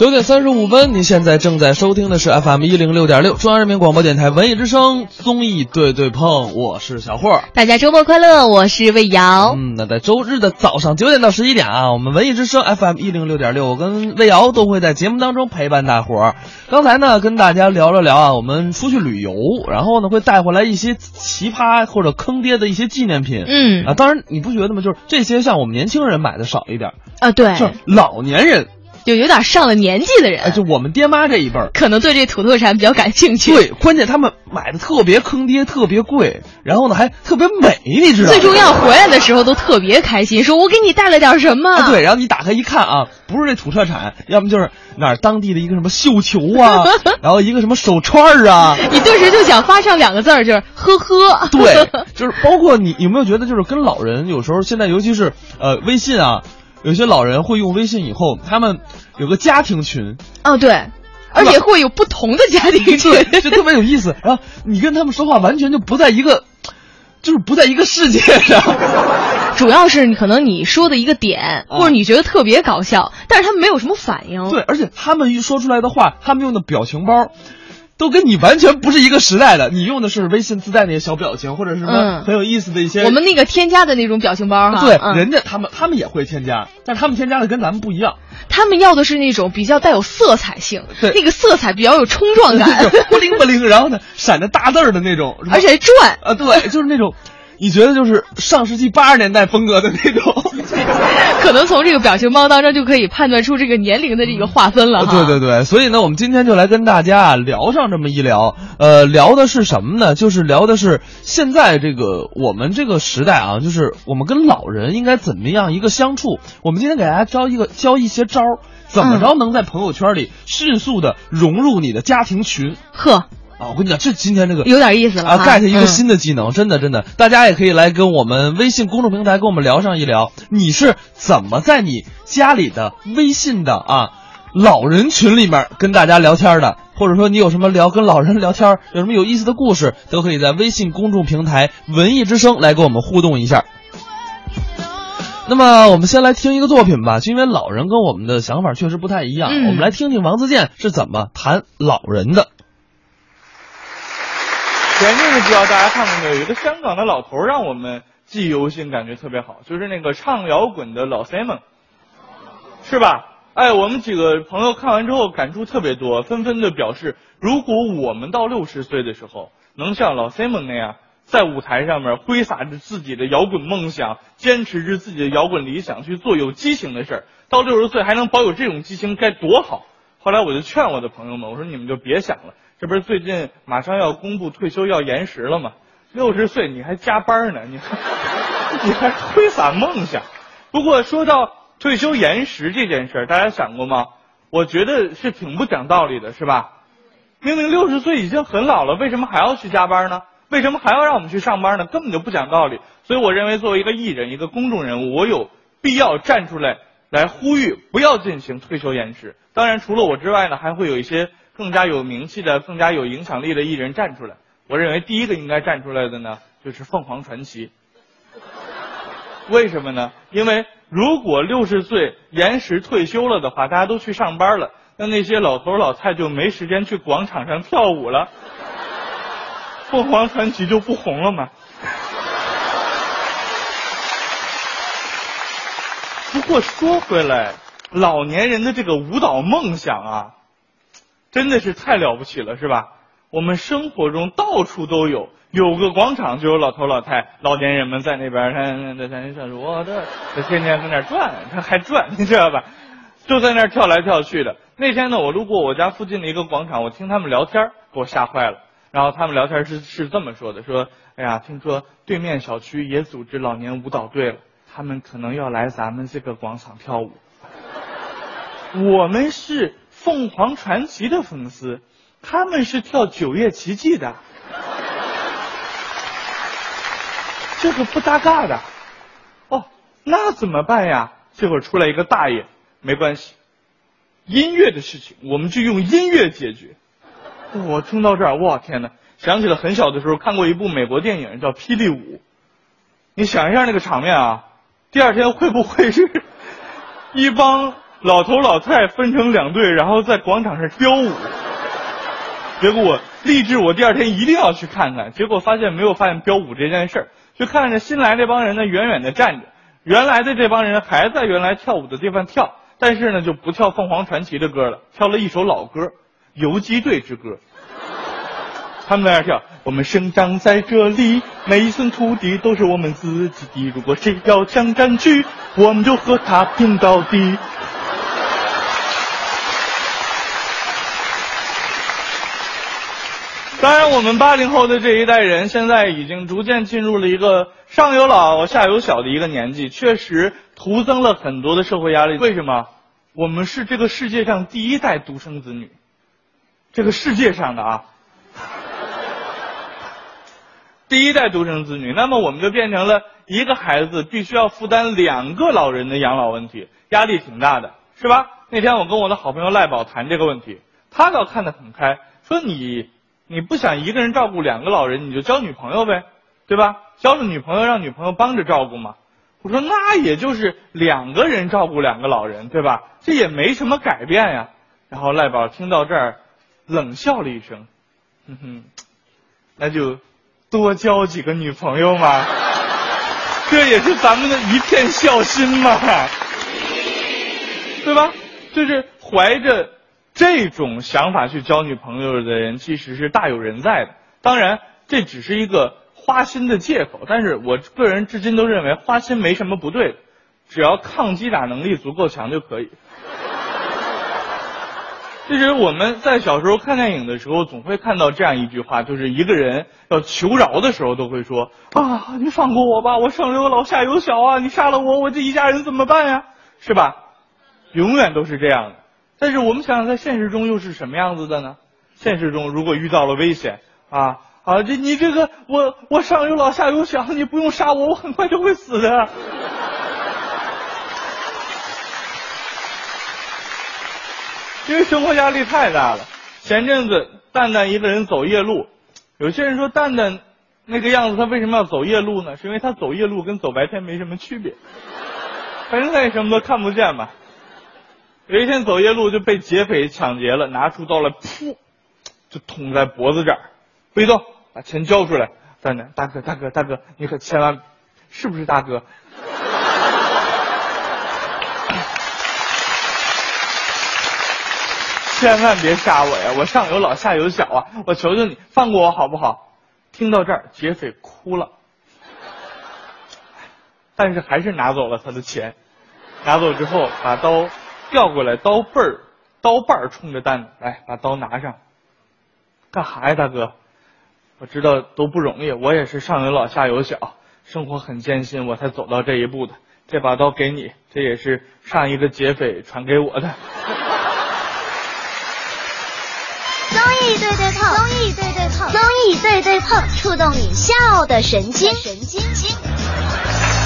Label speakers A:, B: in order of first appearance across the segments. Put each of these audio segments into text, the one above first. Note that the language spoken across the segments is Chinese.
A: 九点三十五分，您现在正在收听的是 FM 一零六点六，中央人民广播电台文艺之声综艺对对碰，我是小霍儿。
B: 大家周末快乐，我是魏瑶。
A: 嗯，那在周日的早上九点到十一点啊，我们文艺之声 FM 一零六点六，我跟魏瑶都会在节目当中陪伴大伙儿。刚才呢，跟大家聊了聊啊，我们出去旅游，然后呢会带回来一些奇葩或者坑爹的一些纪念品。
B: 嗯
A: 啊，当然你不觉得吗？就是这些像我们年轻人买的少一点儿，
B: 啊，对，
A: 就是老年人，
B: 就有点上了年纪的人，
A: 哎，就我们爹妈这一辈儿，
B: 可能对这土特产比较感兴趣。
A: 对，关键他们买的特别坑爹，特别贵，然后呢还特别美，你知道吗？
B: 最重要，回来的时候都特别开心，说我给你带了点什么。
A: 啊，对，然后你打开一看啊，不是这土特产，要么就是哪儿当地的一个什么绣球 啊，然后一个什么手串儿啊，
B: 你顿时就想发上两个字儿，就是呵呵。
A: 对，就是包括你有没有觉得，就是跟老人有时候现在尤其是呃微信啊，有些老人会用微信以后，他们有个家庭群，
B: 啊，对，而且会有不同的家庭群。
A: 就特别有意思。然后你跟他们说话完全就不在一个，就是不在一个世界上。
B: 主要是你可能你说的一个点，或者你觉得特别搞笑，但是他们没有什么反应。
A: 啊对，而且他们一说出来的话，他们用的表情包，都跟你完全不是一个时代的。你用的是微信自带那些小表情，或者是什么
B: 嗯
A: 很有意思的一些。
B: 我们那个添加的那种表情包哈，
A: 对、
B: 嗯
A: 人家他们他们也会添加，但是他们添加的跟咱们不一样，
B: 他们要的是那种比较带有色彩性，
A: 对
B: 那个色彩比较有冲撞
A: 就
B: 感，
A: 是不灵不灵，然后呢闪着大字儿的那种，是吧
B: 而且还转。
A: 啊对，就是那种。你觉得就是上世纪八十年代风格的那 种，
B: 可能从这个表情包当中就可以判断出这个年龄的这个划分了哈。
A: 呃对对对，所以呢，我们今天就来跟大家啊聊上这么一聊，呃，聊的是什么呢？就是聊的是现在这个我们这个时代啊，就是我们跟老人应该怎么样一个相处。我们今天给大家教一个教一些招儿，怎
B: 嗯
A: 么着能在朋友圈里迅速的融入你的家庭群
B: 呵，
A: 啊？我跟你讲，这今天这个。
B: 有点意思了
A: 啊
B: 哈
A: ，get 一个
B: 嗯
A: 新的技能，真的真的，大家也可以来跟我们微信公众平台跟我们聊上一聊，你是怎么在你家里的微信的啊老人群里面跟大家聊天的，或者说你有什么聊跟老人聊天，有什么有意思的故事，都可以在微信公众平台“文艺之声”来跟我们互动一下。那么我们先来听一个作品吧，就因为老人跟我们的想法确实不太一样，
B: 嗯
A: 我们来听听王自健是怎么谈老人的。
C: 前阵子不知道大家看过没有，有一个香港的老头儿让我们记忆犹新，感觉特别好，就是那个唱摇滚的老 Simon，是吧？哎，我们几个朋友看完之后感触特别多，纷纷的表示，如果我们到六十岁的时候能像老 Simon 那样，在舞台上面挥洒着自己的摇滚梦想，坚持着自己的摇滚理想，去做有激情的事儿，到六十岁还能保有这种激情，该多好！后来我就劝我的朋友们，我说你们就别想了，这不是最近马上要公布退休要延时了吗？六十岁你还加班呢，你还 你还挥洒梦想。不过说到退休延时这件事儿，大家想过吗？我觉得是挺不讲道理的，是吧？明明六十岁已经很老了，为什么还要去加班呢？为什么还要让我们去上班呢？根本就不讲道理。所以我认为，作为一个艺人、一个公众人物，我有必要站出来来呼吁，不要进行退休延迟。当然，除了我之外呢，还会有一些更加有名气的、更加有影响力的艺人站出来。我认为第一个应该站出来的呢，就是凤凰传奇。为什么呢？因为如果六十岁延时退休了的话，大家都去上班了，那那些老头老太就没时间去广场上跳舞了， 凤凰传奇就不红了嘛。不过说回来，老年人的这个舞蹈梦想啊，真的是太了不起了，是吧？我们生活中到处都有，有个广场就有老头老太、老年人们在那边，他他他他说我的，他天天跟那儿转，他还转，你知道吧？就在那儿跳来跳去的。那天呢，我路过我家附近的一个广场，我听他们聊天儿，给我吓坏了。然后他们聊天儿是是这么说的：说，哎呀，听说对面小区也组织老年舞蹈队了，他们可能要来咱们这个广场跳舞。我们是凤凰传奇的粉丝，他们是跳九月奇迹的，这个不搭嘎的。哦，那怎么办呀？这会儿出来一个大爷，没关系，音乐的事情我们就用音乐解决。我听到这儿，哇天哪！想起了很小的时候看过一部美国电影叫《霹雳舞》，你想一下那个场面啊，第二天会不会是一帮老头老太分成两队，然后在广场上飙舞。结果我立志，我第二天一定要去看看。结果发现没有发现飙舞这件事儿，就看着新来这帮人呢，远远的站着，原来的这帮人还在原来跳舞的地方跳，但是呢，就不跳凤凰传奇的歌了，跳了一首老歌，《游击队之歌》。他们在那儿跳，我们生长在这里，每一寸土地都是我们自己的。如果谁要想占据，我们就和他拼到底。当然，我们八零后的这一代人，现在已经逐渐进入了一个上有老下有小的一个年纪，确实徒增了很多的社会压力。为什么？我们是这个世界上第一代独生子女，这个世界上的啊，第一代独生子女，那么我们就变成了一个孩子必须要负担两个老人的养老问题，压力挺大的，是吧？那天我跟我的好朋友赖宝谈这个问题，他倒看得很开，说你你不想一个人照顾两个老人，你就交女朋友呗，对吧？交了女朋友，让女朋友帮着照顾嘛。我说那也就是两个人照顾两个老人，对吧？这也没什么改变呀。然后赖宝听到这儿，冷笑了一声，哼哼，那就多交几个女朋友嘛， 这也是咱们的一片孝心嘛， 对吧？就是怀着这种想法去交女朋友的人，其实是大有人在的。当然，这只是一个花心的借口，但是我个人至今都认为花心没什么不对的，只要抗击打能力足够强就可以。其实我们在小时候看电影的时候，总会看到这样一句话，就是一个人要求饶的时候，都会说啊，你放过我吧，我上有老下有小啊，你杀了我，我这一家人怎么办呀？是吧？永远都是这样的。但是我们想想，在现实中又是什么样子的呢？现实中如果遇到了危险啊啊，这你这个我我上有老下有小，你不用杀我，我很快就会死的。因为生活压力太大了。前阵子蛋蛋一个人走夜路，有些人说蛋蛋那个样子，他为什么要走夜路呢？是因为他走夜路跟走白天没什么区别，反正他也什么都看不见嘛。有一天走夜路就被劫匪抢劫了，拿出刀来，噗，就捅在脖子这儿，不许动，把钱交出来。蛋蛋，大哥，大哥，大哥，你可千万，是不是大哥？千万别杀我呀！我上有老下有小啊！我求求你放过我好不好？听到这儿，劫匪哭了，但是还是拿走了他的钱。拿走之后，把刀调过来，刀背儿，刀把儿冲着蛋蛋，来把刀拿上。干哈呀，大哥？我知道都不容易，我也是上有老下有小，生活很艰辛，我才走到这一步的。这把刀给你，这也是上一个劫匪传给我的。
D: 综艺对对碰，综艺对对碰，综艺对对碰，触动你笑的神经，神经经。
B: 嗯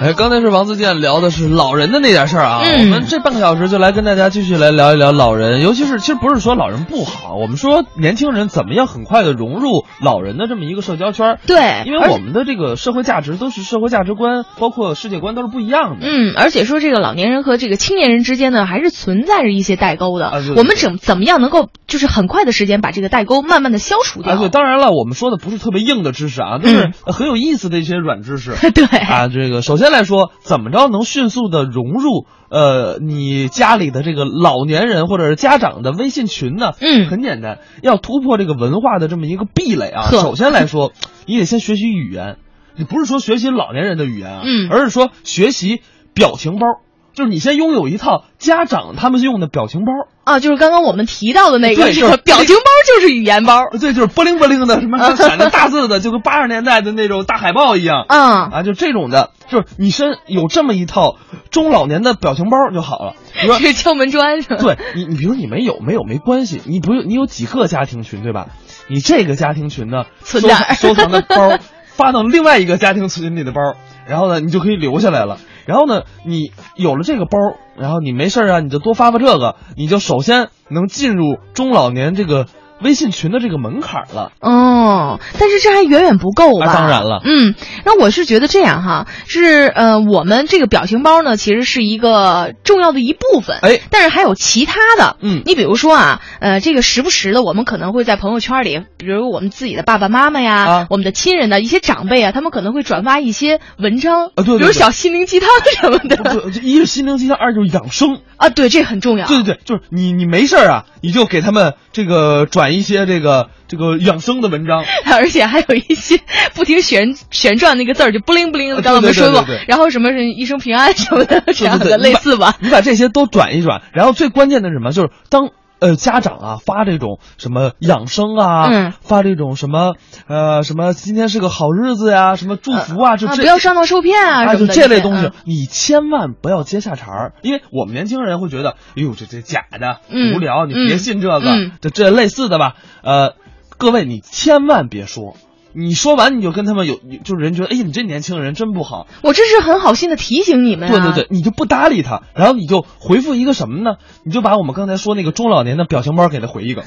A: 哎，刚才是王自健聊的是老人的那点事儿啊，
B: 嗯
A: 我们这半个小时就来跟大家继续来聊一聊老人，尤其是其实不是说老人不好，我们说年轻人怎么样很快的融入老人的这么一个社交圈儿，
B: 对，
A: 因为我们的这个社会价值都是社会价值观，包括世界观都是不一样的。
B: 嗯，而且说这个老年人和这个青年人之间呢，还是存在着一些代沟的。
A: 啊对对
B: 我们怎怎么样能够就是很快的时间把这个代沟慢慢的消除掉？
A: 啊，对，当然了，我们说的不是特别硬的知识啊，都是
B: 嗯
A: 很有意思的一些软知识。
B: 对
A: 啊，这个首先来说，怎么着能迅速的融入呃你家里的这个老年人或者是家长的微信群呢？
B: 嗯
A: 很简单，要突破这个文化的这么一个壁垒啊。
B: 呵
A: 首先来说，你得先学习语言，你不是说学习老年人的语言啊，
B: 嗯
A: 而是说学习表情包，就是你先拥有一套家长他们用的表情包。
B: 啊，就是刚刚我们提到的那个
A: 对
B: 这
A: 就是
B: 个表情包就是语言包。
A: 对，就是波灵波灵的，什么 上闪着大字的，就跟八十年代的那种大海报一样。
B: 嗯，
A: 啊，就这种的，就是你身有这么一套中老年的表情包就好了。你说
B: 这，是敲门砖是吧？
A: 对你，你比如你没有，没有没关系，你不用，你有几个家庭群对吧？你这个家庭群呢，
B: 存
A: 收
B: 点儿
A: 收藏的 包，发到另外一个家庭群里的包，然后呢，你就可以留下来了。然后呢，你有了这个包，然后你没事儿啊，你就多发发这个，你就首先能进入中老年这个。微信群的这个门槛了。
B: 哦，但是这还远远不够
A: 那
B: 吧？
A: 啊当然了
B: 嗯，那我是觉得这样哈，是呃，我们这个表情包呢，其实是一个重要的一部分。
A: 哎
B: 但是还有其他的，
A: 嗯
B: 你比如说啊，呃，这个时不时的，我们可能会在朋友圈里，比如我们自己的爸爸妈妈呀，
A: 啊
B: 我们的亲人的一些长辈啊，他们可能会转发一些文章，
A: 啊对对
B: 比如
A: 对
B: 小心灵鸡汤什么的
A: 不一是心灵鸡汤，二就是养生。
B: 啊，对，这很重要。
A: 对对对，就是你你没事儿啊，你就给他们这个转一些这个这个养生的文章，
B: 而且还有一些不停旋旋转那个字儿，就不灵不灵的，
A: 呃
B: 刚才我们
A: 对对
B: 说
A: 对
B: 过。
A: 对对
B: 然后什么是一生平安什么的，这样
A: 对
B: 的
A: 对对
B: 类 似吧。
A: 你把这些都转一转，然后最关键的是什么？就是当呃家长啊发这种什么养生啊，
B: 嗯
A: 发这种什么呃什么今天是个好日子呀，什么祝福啊，就
B: 啊，
A: 这、
B: 不要上当受骗啊
A: 啊，
B: 什
A: 就
B: 么的。
A: 这类东西
B: 嗯，
A: 你千万不要接下茬儿，因为我们年轻人会觉得，哎呦，这这假的，
B: 嗯
A: 无聊，你
B: 嗯
A: 别信这
B: 嗯
A: 个，这这类似的吧，呃，各位你千万别说。你说完你就跟他们有，就是人觉得，哎呀，你这年轻人真不好。
B: 我这是很好心的提醒你们、啊。
A: 对对对，，你就不搭理他，然后你就回复一个什么呢？你就把我们刚才说那个中老年的表情包给他回一个，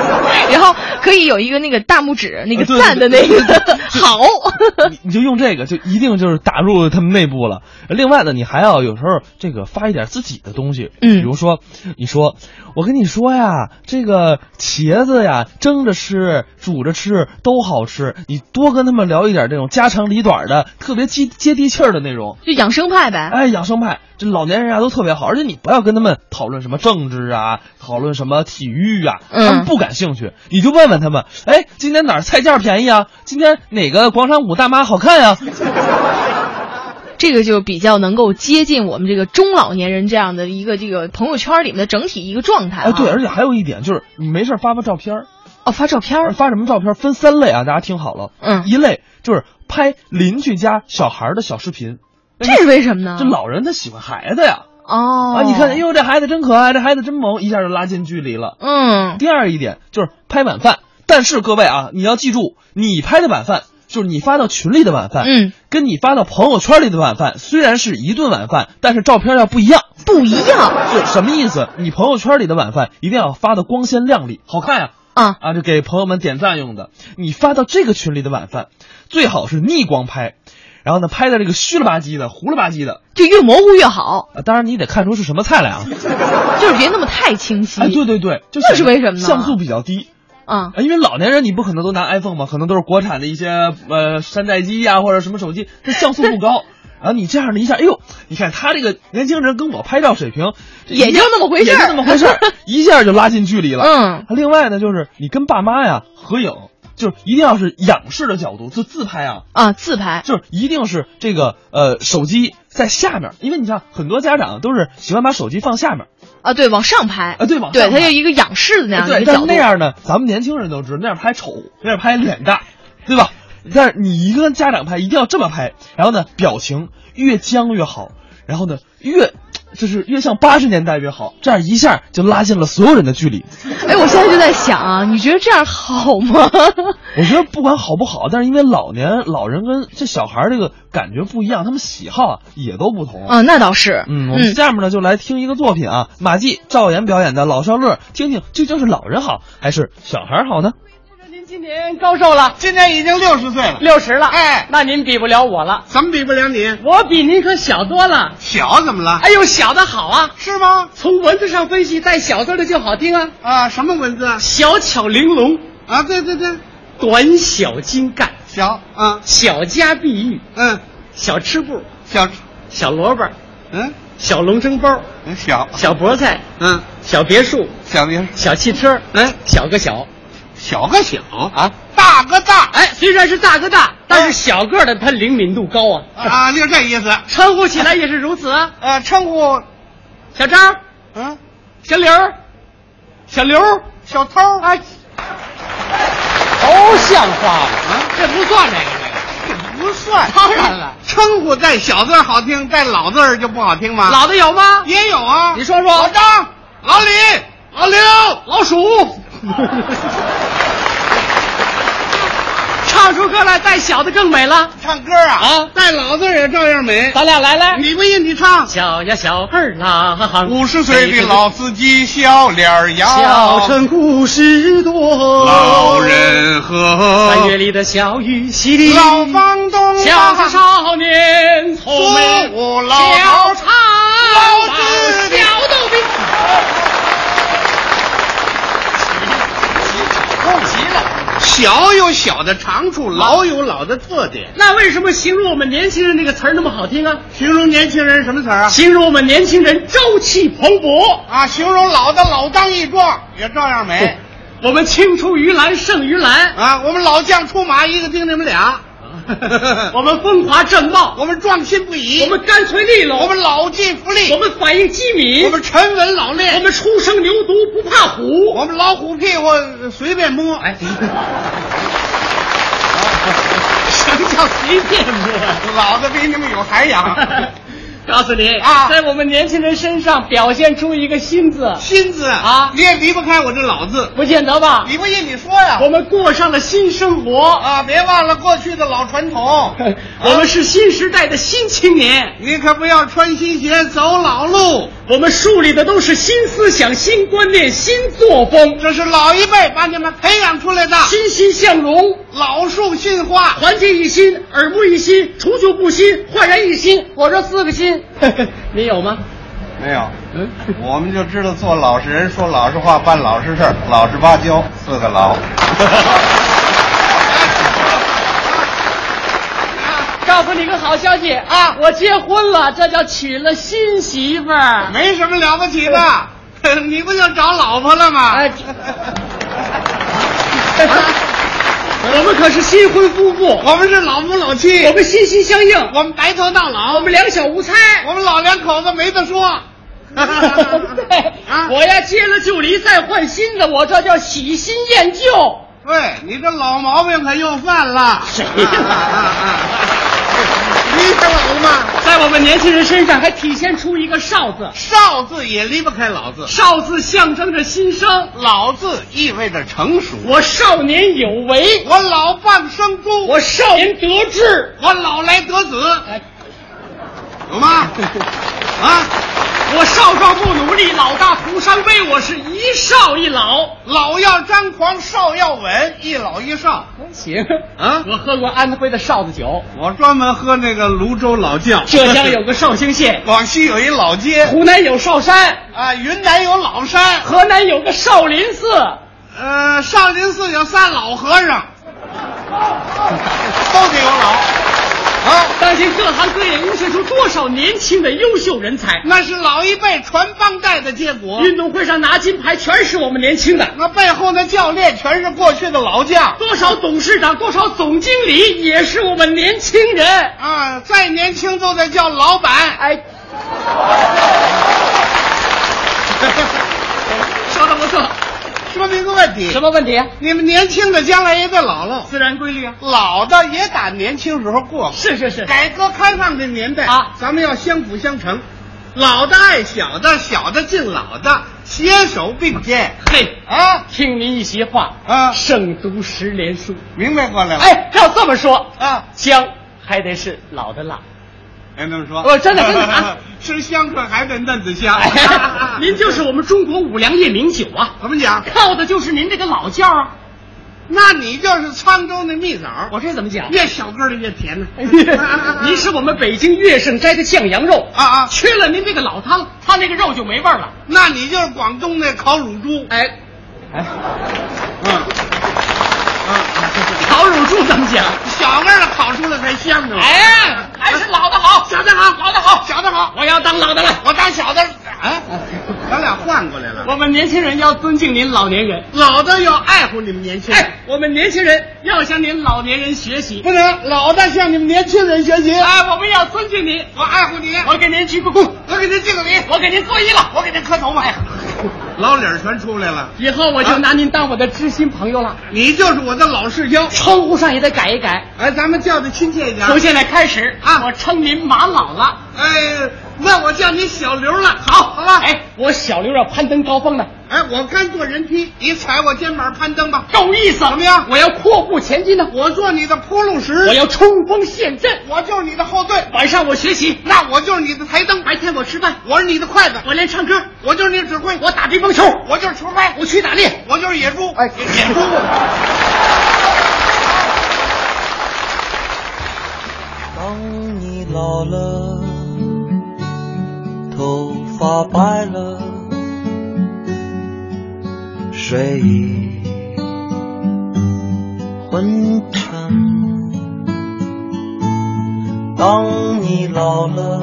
B: 然后可以有一个那个大拇指那
A: 啊
B: 个
A: 对
B: 赞的那
A: 对
B: 个、
A: 对 对
B: 好。
A: 你你就用这个，就一定就是打入他们内部了。另外呢，你还要有时候这个发一点自己的东西，
B: 嗯
A: 比如说你说我跟你说呀，这个茄子呀，蒸着吃、煮着吃都好吃。你多跟他们聊一点这种家长里短的、特别接接地气儿的内容。
B: 就养生派呗。
A: 哎，养生派这老年人啊都特别好，而且你不要跟他们讨论什么政治啊，讨论什么体育啊，
B: 嗯
A: 他们不感兴趣。你就问问他们，哎，今天哪儿菜价便宜啊？今天哪个广场舞大妈好看呀、啊
B: 这个就比较能够接近我们这个中老年人这样的一个这个朋友圈里面的整体一个状态、啊。
A: 哎，对，而且还有一点就是，你没事儿发发照片儿，
B: 哦，发照片儿。
A: 发什么照片儿？分三类啊，大家听好了。
B: 嗯
A: 一类就是拍邻居家小孩儿的小视频，
B: 这是为什么呢？
A: 这老人他喜欢孩子呀，
B: 嗯哦
A: 啊，你看，哎呦，这孩子真可爱，这孩子真萌，一下就拉近距离了。
B: 嗯，
A: 第二一点就是拍晚饭，但是各位啊，你要记住，你拍的晚饭就是你发到群里的晚饭，
B: 嗯，
A: 跟你发到朋友圈里的晚饭虽然是一顿晚饭，但是照片要不一样。
B: 不一样
A: 是什么意思？你朋友圈里的晚饭一定要发的光鲜亮丽，好看呀、
B: 啊，
A: 啊，就给朋友们点赞用的。你发到这个群里的晚饭，最好是逆光拍，然后呢，拍的这个虚了吧唧的、糊了吧唧的。
B: 就越模糊越好，
A: 啊，当然你得看出是什么菜来啊！
B: 就是别那么太清晰。
A: 哎，对对对，就
B: 那
A: 显
B: 是
A: 得
B: 为什么呢
A: 像素比较低
B: 啊，
A: 啊，因为老年人你不可能都拿 iPhone 嘛，可能都是国产的一些呃山寨机呀、或者什么手机，它像素不高。然后你这样的一下，哎呦，你看他这个年轻人跟我拍照水平这
B: 也
A: 一
B: 就
A: 样
B: 那么回事
A: 也
B: 儿
A: 就那么回事儿，一下就拉近距离了。
B: 嗯，
A: 另外呢，就是你跟爸妈呀合影，就是一定要是仰视的角度，就自拍啊，
B: 啊，自拍，
A: 就是一定是这个呃手机在下面，因为你像很多家长都是喜欢把手机放下面
B: 啊，对，往上拍，
A: 啊，对往
B: 对，
A: 上
B: 它
A: 拍
B: 就一个仰视的那样的
A: 对，
B: 一个
A: 但
B: 角
A: 是
B: 度。
A: 那样呢，咱们年轻人都知道那样拍丑，那样拍脸大，对吧？但是你一个家长拍一定要这么拍，然后呢，表情越僵越好，然后呢，越就是越像八十年代越好，这样一下就拉近了所有人的距离。
B: 哎，我现在就在想啊，你觉得这样好吗？
A: 我觉得不管好不好，但是因为老年老人跟这小孩儿这个感觉不一样，他们喜好啊也都不同。
B: 啊，那倒是，
A: 嗯，我们下面呢就来听一个作品啊，马季、赵岩表演的《老少乐》，听听究竟是老人好还是小孩儿好呢？
E: 您今年高寿了？
F: 今年已经六十岁了，
E: 六十了。
F: 哎
E: 那您比不了我了，
F: 怎么比不了你？
E: 我比您可小多了。
A: 啊
F: 小怎么了？
E: 哎呦，小的好啊！
F: 是吗？
E: 从文字上分析，带小字的就好听啊。
F: 啊，什么文字啊？
E: 小巧玲珑，
F: 啊，对对对，
E: 短小精干，
F: 小啊，
E: 小家碧玉，
F: 嗯，
E: 小吃部，
F: 小，
E: 小萝卜，
F: 嗯，
E: 小笼蒸包，
F: 小，
E: 小菠菜，
F: 嗯，
E: 小别墅，
F: 小名
E: 小汽车，
F: 哎
E: 小个小。
F: 小个小啊，嗯大个大
E: 哎，虽然是大哥大，但是小个儿的他灵敏度高啊，
F: 啊，就这意思。
E: 称呼起来也是如此啊。
F: 呃，称呼，
E: 小张，
F: 嗯，
E: 小刘，小刘。
F: 小偷啊，
E: 都像话吗？
F: 啊
E: 这不算这个这个。
F: 这不算。
E: 当然了，
F: 称呼带小字儿好听，带老字儿就不好听吗？
E: 老的有吗？
F: 也有啊。
E: 你说说
F: 老张、老李、老刘、
E: 老鼠。唱 唱出歌来，带小的更美了。
F: 唱歌啊
E: 啊
F: 带老字儿也照样美。
E: 咱俩来来，
F: 你不信你唱。
E: 小呀小二郎，
F: 五十岁的老司机笑脸扬，
E: 小城故事多，
F: 老人和
E: 三月里的小雨淅沥，
F: 老房东
E: 小子少年聪
F: 四
E: 明，
F: 五老
E: 小
F: 头
E: 长
F: 老
E: 毛
F: 子
E: 小豆兵。
F: 够极了。小有小的长处，老有老的特点。
E: 那为什么形容我们年轻人这个词儿那么好听啊？
F: 形容年轻人什么词儿啊？
E: 形容我们年轻人朝气蓬勃，
F: 啊，形容老的老当益壮也照样美。
E: 我们青出于蓝胜于蓝，
F: 哎啊，我们老将出马，一个顶你们 俩。
E: 我们风华正茂，
F: 我们壮心不已，
E: 我们干脆利落，
F: 我们老骥伏枥，
E: 我们反应机敏，
F: 我们沉稳老练，
E: 我们初生牛犊不怕虎。
F: 我们老虎屁股随便摸。
E: 哎，什么叫随便摸？
F: 老子比你们有涵 养，
E: 告诉你
F: 啊
E: 在我们年轻人身上表现出一个“新”字，
F: 心字
E: 啊
F: 你也离不开我这老字。
E: 不见得吧？
F: 你不信你说呀？
E: 我们过上了新生活，
F: 啊，别忘了过去的老传统。
E: 我们是新时代的新青年。
F: 你可不要穿新鞋走老路，
E: 我们树立的都是新思想、新观念、新作风，
F: 这是老一辈把你们培养出来的。
E: 欣欣向荣，
F: 老树新花，
E: 团结一心，耳目一新，除旧布新，焕然一新。我这四个新， 你有吗？
F: 没有，我们就知道做老实人，说老实话，办老实事儿，老实巴交，四个老。
E: 啊告诉你个好消息啊！我结婚了，这叫娶了新媳妇儿。
F: 没什么了不起的， 你不就找老婆了吗？
E: 哎，我们可是新婚夫妇，
F: 我们是老夫老妻
E: 我，们心心相印，
F: 我们白头到老，
E: 我们两小无猜。
F: 我们老两口子没得 说。
E: 对，
F: 啊，
E: 我要接了旧离，再换新的，我这叫喜新厌旧。
F: 对你这老毛病可又犯了。
E: 谁呀
F: 啊啊啊你是老吗？
E: 在我们年轻人身上还体现出一个少字，
F: 少字也离不开老字，
E: 少字象征着新生，
F: 老字意味着成熟。
E: 我少年有为，
F: 我老蚌生珠，
E: 我少年得志，
F: 我老来得子，
E: 哎
F: 有 吗？啊，
E: 我少壮不努力，老大徒伤悲，我是一少一老。
F: 老要张狂，少要稳，一老一少。
E: 行
F: 啊
E: 我喝过安徽的哨子酒，
F: 我专门喝那个泸州老窖，，
E: 浙江有个绍兴县
F: 广西有一老街
E: 湖南有韶山，
F: 啊，云南有老山，
E: 河南有个少林寺。
F: 呃，少林寺有仨老和尚， 都得有老啊，
E: 当今各行各业涌现出多少年轻的优秀人才？
F: 那是老一辈传帮带的结果。
E: 运动会上拿金牌全是我们年轻的，
F: 那背后的教练全是过去的老将
E: 多少董事长、多少总经理也是我们年轻人。
F: 啊，再年轻都得叫老板。
E: 哎， 说的不错。
F: 说明个问题，
E: 什么问题？啊
F: 你们年轻的将来也得老了，
E: 自然规律啊。
F: 老的也打年轻时候过。
E: 是是 是，
F: 改革开放的年代
E: 啊
F: 咱们要相辅相成，老的爱小的，小的敬老的，携手并肩
E: 嘿，
F: 啊
E: 听您一席话，
F: 啊！
E: 胜读十年书。
F: 明白过来了。
E: 哎，要这么说，
F: 啊，
E: 姜还得是老的辣。
F: 别这么说，
E: 哦真的真的啊哎
F: 吃香椿还得嫩子香。
E: 您就是我们中国五粮液名酒啊，
F: 怎么讲？
E: 靠的就是您这个老窖啊。
F: 那你就是沧州那蜜枣，
E: 我这怎么讲？
F: 越小个儿的越 甜呢。
E: 您是我们北京乐盛斋的酱羊肉
F: 啊啊，
E: 缺了您这个老汤，它那个肉就没味儿了。
F: 那你就是广东那烤乳猪。
E: 哎，
F: 嗯嗯，
E: 烤乳猪怎么讲？
F: 小个儿的烤出来才香呢。
E: 哎，还是老的好，小的好，老的好，
F: 小的好，
E: 我要当老的了。
F: 我当小的啊，咱俩换过来了。
E: 我们年轻人要尊敬您老年人，
F: 老的要爱护你们年轻人，
E: 哎，我们年轻人要向您老年人学习。
F: 不能老的向你们年轻人学习。
E: 哎，我们要尊敬您，
F: 我爱护你，
E: 我给您鞠个躬，
F: 我给您敬个礼，
E: 我给您作揖了，
F: 我给您磕头吧。老脸儿全出来了，
E: 以后我
G: 啊
E: 就拿您当我的知心朋友了，
F: 你就是我的老世交。
E: 称呼上也得改一改。
F: 哎，咱们叫的亲切一点。
E: 从现在开始
F: 啊
E: 我称您马老了。
F: 哎，那我叫你小刘了。好，好吧。
E: 哎，我小刘要攀登高峰呢，
G: 哎，我干坐人梯，你踩我肩膀攀登吧。
E: 够意思。
G: 怎么样
E: 我要阔步前进呢，
G: 我做你的铺路石，
E: 我要冲锋陷阵。
G: 我就是你的后盾，
E: 晚上我学习，
G: 那我就是你的台灯，
E: 白天我吃饭，
G: 我是你的筷子，
E: 我练唱歌，
G: 我就是你的指挥，
E: 我打乒乓球，
G: 我就是球拍，
E: 我去打猎。
G: 我就是野猪。
E: 哎
G: 野 猪。
H: 当你老了，头发白了，睡意昏沉。当你老了，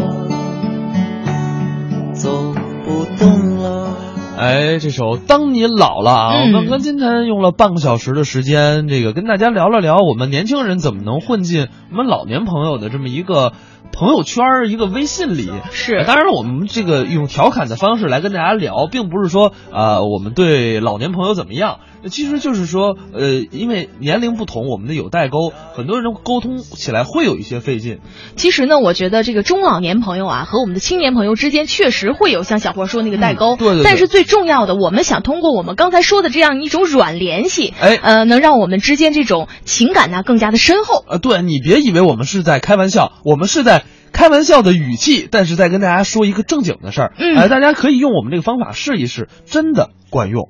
H: 走不动了。
A: 哎，这首《当你老了》啊，
B: 嗯
A: 我们跟今天用了半个小时的时间，这个跟大家聊了聊我们年轻人怎么能混进我们老年朋友的这么一个朋友圈儿、一个微信里。
B: 是
A: 当然了，我们这个用调侃的方式来跟大家聊，并不是说呃我们对老年朋友怎么样，其实就是说呃因为年龄不同，我们的有代沟，很多人沟通起来会有一些费劲。
B: 其实呢，我觉得这个中老年朋友啊和我们的青年朋友之间确实会有像小霍说那个代沟，
A: 嗯对对对
B: 但是最重要的，我们想通过我们刚才说的这样一种软联系，
A: 哎
B: 呃，能让我们之间这种情感呢、更加的深厚。
A: 呃，对你别以为我们是在开玩笑，我们是在开玩笑的语气，但是在跟大家说一个正经的事儿。
B: 嗯
A: 哎大家可以用我们这个方法试一试，真的管用。